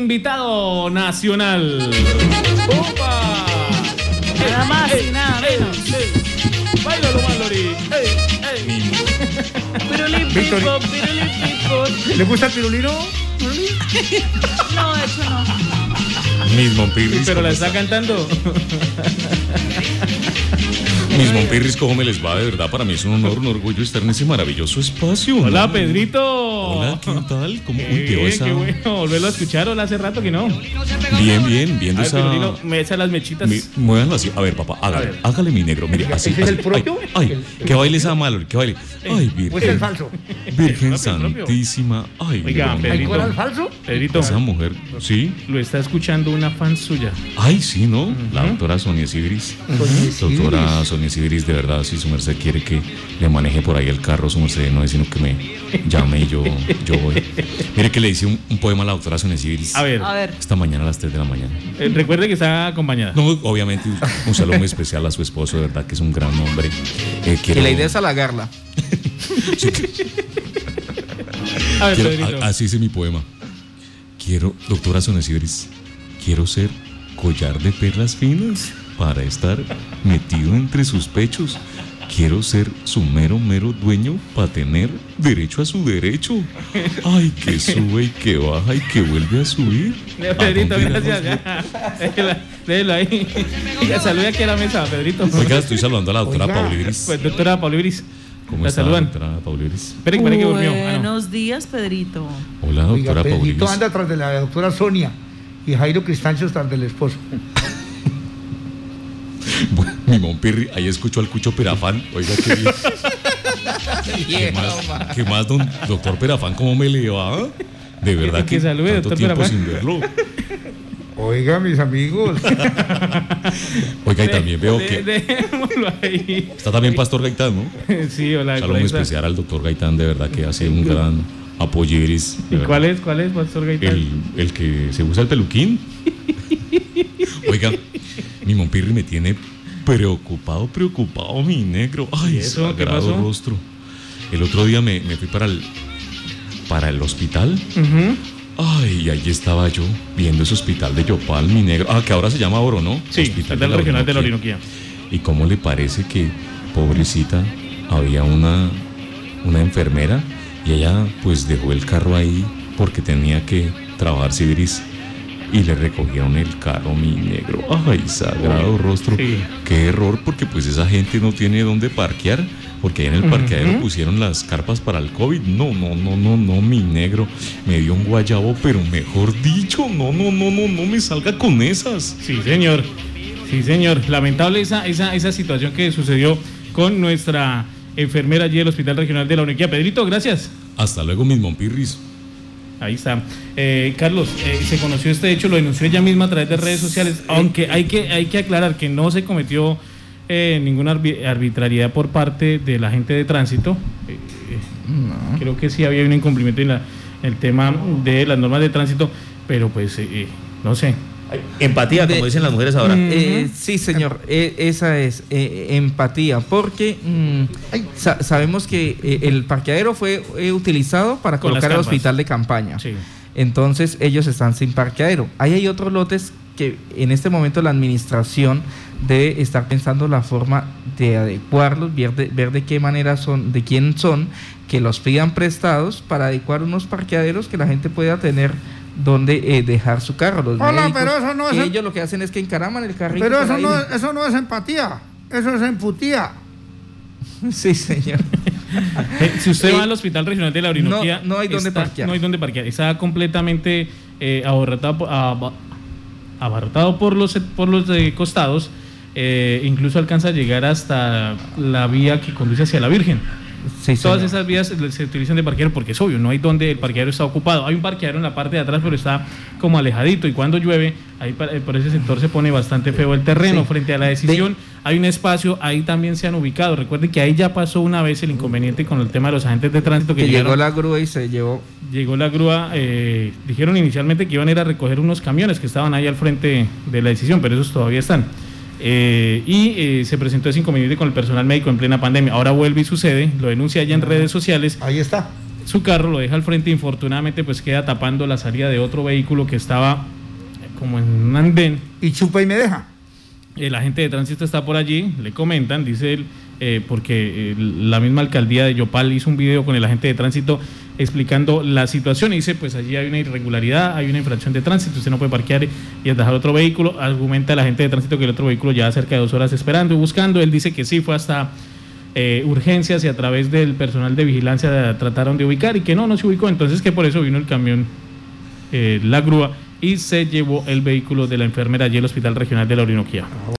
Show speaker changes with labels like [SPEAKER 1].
[SPEAKER 1] invitado nacional. ¡Opa!
[SPEAKER 2] Nada más y nada menos.
[SPEAKER 1] ey. Báilalo, Mallory. Ey, ey.
[SPEAKER 2] Pirulípico,
[SPEAKER 3] Victory.
[SPEAKER 2] pirulípico.
[SPEAKER 3] ¿Le gusta el pirulino?
[SPEAKER 2] No, de hecho no.
[SPEAKER 4] Mismo Pirris.
[SPEAKER 1] Pero la
[SPEAKER 4] ¿cómo
[SPEAKER 1] está cantando.
[SPEAKER 4] está? Mismo Pirris, ¿cómo me les va? De verdad, para mí es un honor, un orgullo estar en ese maravilloso espacio.
[SPEAKER 1] Hola,
[SPEAKER 4] ¿no?
[SPEAKER 1] Pedrito.
[SPEAKER 4] Hola, ¿qué tal? ¿Cómo
[SPEAKER 1] Eh,
[SPEAKER 4] uy, quedó esa?
[SPEAKER 1] qué bueno, volverlo a escuchar. Hola, hace rato que no.
[SPEAKER 4] Bien, bien, viendo
[SPEAKER 1] A ver,
[SPEAKER 4] esa.
[SPEAKER 1] Pirulino, me echa las mechitas.
[SPEAKER 4] Mi- muévanlo así. A ver, papá, hágale, hágale mi negro. Mire, así.
[SPEAKER 3] ¿Ese es
[SPEAKER 4] así.
[SPEAKER 3] el propio?
[SPEAKER 4] Ay, ay, que baile esa Mallory, que baile. Ay,
[SPEAKER 3] ¿O es el
[SPEAKER 4] Virgen.
[SPEAKER 3] falso?
[SPEAKER 4] Virgen
[SPEAKER 1] propio, propio.
[SPEAKER 4] Santísima. Ay,
[SPEAKER 1] Oiga,
[SPEAKER 4] negro,
[SPEAKER 1] Pedrito.
[SPEAKER 3] ¿El coral falso?
[SPEAKER 1] Pedrito,
[SPEAKER 4] Esa mujer, sí.
[SPEAKER 1] lo está escuchando una fan suya.
[SPEAKER 4] Ay, sí, ¿no? La doctora Sonia Sidris.
[SPEAKER 2] Mm.
[SPEAKER 4] Doctora Sonia Sidris, de verdad, si su merced quiere que le maneje por ahí el carro, su merced no es sino que me llame y yo, yo voy. Mire que le hice un, un poema a la doctora Sonia Sidris.
[SPEAKER 1] A ver,
[SPEAKER 2] A ver.
[SPEAKER 4] Esta mañana a las 3 de la mañana.
[SPEAKER 1] eh, recuerde que está acompañada.
[SPEAKER 4] No, obviamente, un saludo muy especial a su esposo, de verdad que es un gran hombre. Eh, quiero-
[SPEAKER 5] Y la idea es halagarla.
[SPEAKER 1] A ver,
[SPEAKER 4] Quiero-
[SPEAKER 1] Pedrito.
[SPEAKER 4] a- así dice mi poema. Quiero, doctora Sonesidris, quiero ser collar de perlas finas para estar metido entre sus pechos. Quiero ser su mero, mero dueño para tener derecho a su derecho. Ay, que sube y que baja y que vuelve a subir. ¿A
[SPEAKER 1] Eh, Pedrito,
[SPEAKER 4] dónde irá
[SPEAKER 1] gracias.
[SPEAKER 4] los dos?
[SPEAKER 1] ya. Déjelo- Déjelo ahí. Ya, Saluda aquí a la mesa, Pedrito.
[SPEAKER 4] Oiga, estoy saludando a la doctora
[SPEAKER 3] Oiga.
[SPEAKER 4] Pauliris.
[SPEAKER 1] Pues, doctora Pablo Iris.
[SPEAKER 4] ¿Cómo
[SPEAKER 1] la
[SPEAKER 4] está,
[SPEAKER 1] saludan.
[SPEAKER 4] doctora Pauliris?
[SPEAKER 1] Esperen, esperen que durmió. Ah, no.
[SPEAKER 2] Buenos días, Pedrito.
[SPEAKER 3] Oiga,
[SPEAKER 4] Hola, doctora
[SPEAKER 3] Pedrito
[SPEAKER 4] Pauliris.
[SPEAKER 3] anda tras de la doctora Sonia y Jairo Cristancho tras del esposo.
[SPEAKER 4] Bueno, Mi Monpirri, ahí escucho al Cucho Perafán. Oiga, qué bien. ¿Qué más, qué más, don doctor Perafán? ¿Cómo me le va? ¿eh? De verdad
[SPEAKER 1] que
[SPEAKER 4] que,
[SPEAKER 1] salude,
[SPEAKER 4] tanto
[SPEAKER 1] doctor
[SPEAKER 4] tiempo
[SPEAKER 1] Perafán.
[SPEAKER 4] sin verlo.
[SPEAKER 3] Oiga, mis amigos.
[SPEAKER 4] Oiga, y también veo
[SPEAKER 1] De-
[SPEAKER 4] que
[SPEAKER 1] Dejémoslo ahí.
[SPEAKER 4] está también Pastor Gaitán, ¿no?
[SPEAKER 1] Sí, hola.
[SPEAKER 4] Saludo muy
[SPEAKER 1] Gaitán.
[SPEAKER 4] especial al doctor Gaitán, de verdad que hace un gran apoyo Iris. de
[SPEAKER 1] ¿Y
[SPEAKER 4] verdad.
[SPEAKER 1] cuál es? ¿Cuál es, Pastor Gaitán?
[SPEAKER 4] El, el que se usa el peluquín. Oiga, mi Monpirri me tiene preocupado, preocupado, mi negro. Ay,
[SPEAKER 1] ¿Y eso? ¿Qué
[SPEAKER 4] sagrado
[SPEAKER 1] pasó?
[SPEAKER 4] rostro. El otro día me, me fui para el, para el hospital.
[SPEAKER 1] Ujú.
[SPEAKER 4] Ay, ahí estaba yo viendo ese hospital de Yopal, mi negro. Ah, que ahora se llama Oro, ¿no?
[SPEAKER 1] Sí,
[SPEAKER 4] hospital
[SPEAKER 1] Hospital
[SPEAKER 4] la
[SPEAKER 1] Regional de la
[SPEAKER 4] Orinoquía.
[SPEAKER 1] Orinoquía.
[SPEAKER 4] ¿Y cómo le parece que, pobrecita, había una, una enfermera y ella pues dejó el carro ahí porque tenía que trabajar Sidris y le recogieron el carro, mi negro. Ay, sagrado rostro.
[SPEAKER 1] sí.
[SPEAKER 4] Qué error, porque pues esa gente no tiene dónde parquear, porque ahí en el parqueadero pusieron las carpas para el COVID. No, no, no, no, no, mi negro. Me dio un guayabo, pero mejor dicho, no, no, no, no, no me salga con esas.
[SPEAKER 1] Sí, señor. Sí, señor. Lamentable esa, esa, esa situación que sucedió con nuestra enfermera allí del Hospital Regional de la Orinoquía. Pedrito, gracias.
[SPEAKER 4] Hasta luego, mis Monpirris.
[SPEAKER 1] Ahí está. Eh, Carlos, eh, se conoció este hecho, lo denunció ella misma a través de redes sociales, aunque hay que, hay que aclarar que no se cometió eh, ninguna arbi- arbitrariedad por parte de la gente de tránsito. Eh, eh, Creo que sí había un incumplimiento en, la- en el tema de las normas de tránsito, pero pues eh, eh, no sé.
[SPEAKER 6] Empatía, como
[SPEAKER 5] De-
[SPEAKER 6] dicen las mujeres ahora.
[SPEAKER 5] Eh, sí, señor, eh, esa es eh, empatía, porque mm, sa- sabemos que eh, el parqueadero fue eh, utilizado para
[SPEAKER 1] Con las
[SPEAKER 5] colocar el
[SPEAKER 1] carpas.
[SPEAKER 5] hospital de campaña.
[SPEAKER 1] Sí.
[SPEAKER 5] Entonces ellos están sin parqueadero. Ahí hay otros lotes que en este momento la administración debe estar pensando la forma de adecuarlos, ver de, ver de qué manera son, de quién son, que los pidan prestados para adecuar unos parqueaderos que la gente pueda tener donde eh, dejar su carro. Los
[SPEAKER 3] Hola,
[SPEAKER 5] médicos,
[SPEAKER 3] pero eso no es
[SPEAKER 5] que
[SPEAKER 3] el-
[SPEAKER 5] Ellos lo que hacen es que encaraman el carrito.
[SPEAKER 3] Pero
[SPEAKER 5] por
[SPEAKER 3] eso
[SPEAKER 5] ahí.
[SPEAKER 3] no, eso no es empatía, eso es emputía.
[SPEAKER 5] Sí, señor.
[SPEAKER 1] Eh, si usted
[SPEAKER 5] Eh,
[SPEAKER 1] va al Hospital Regional de la Orinoquía,
[SPEAKER 5] no hay dónde
[SPEAKER 1] está-
[SPEAKER 5] parquear.
[SPEAKER 1] No hay dónde parquear. Está completamente eh, abarrotado, por- aba- abarrotado por los, por los eh, costados. Eh, incluso alcanza a llegar hasta la vía que conduce hacia la Virgen.
[SPEAKER 5] Sí,
[SPEAKER 1] Todas
[SPEAKER 5] señor.
[SPEAKER 1] esas vías se- se utilizan de parqueadero porque es obvio, no hay donde el parqueadero está ocupado. Hay un parqueadero en la parte de atrás, pero está como alejadito. Y cuando llueve, ahí pa- eh, por ese sector se pone bastante feo el terreno.
[SPEAKER 5] Sí.
[SPEAKER 1] Frente a la decisión, hay un espacio, ahí también se han ubicado. Recuerden que ahí ya pasó una vez el inconveniente con el tema de los agentes de tránsito que,
[SPEAKER 5] Que llegó
[SPEAKER 1] llegaron-
[SPEAKER 5] la grúa y se llevó.
[SPEAKER 1] llegó la grúa. eh, dijeron inicialmente que iban a ir a recoger unos camiones que estaban ahí al frente de la decisión, pero esos todavía están. Eh, y eh, se presentó ese inconveniente con el personal médico en plena pandemia. Ahora vuelve y sucede, lo denuncia ya en redes sociales.
[SPEAKER 3] Ahí está.
[SPEAKER 1] su carro, lo deja al frente, infortunadamente pues queda tapando la salida de otro vehículo que estaba como en un andén.
[SPEAKER 3] Y chupa y me deja.
[SPEAKER 1] El agente eh, de tránsito está por allí, le comentan, dice él, eh, porque eh, la misma alcaldía de Yopal hizo un video con el agente de tránsito explicando la situación y dice, pues allí hay una irregularidad, hay una infracción de tránsito, usted no puede parquear eh, y atajar otro vehículo, argumenta el agente de tránsito que el otro vehículo ya cerca de dos horas esperando y buscando, él dice que sí, fue hasta eh, urgencias y a través del personal de vigilancia trataron de ubicar y que no, no se ubicó, entonces que por eso vino el camión, eh, la grúa y se llevó el vehículo de la enfermera allí al Hospital Regional de la Orinoquía.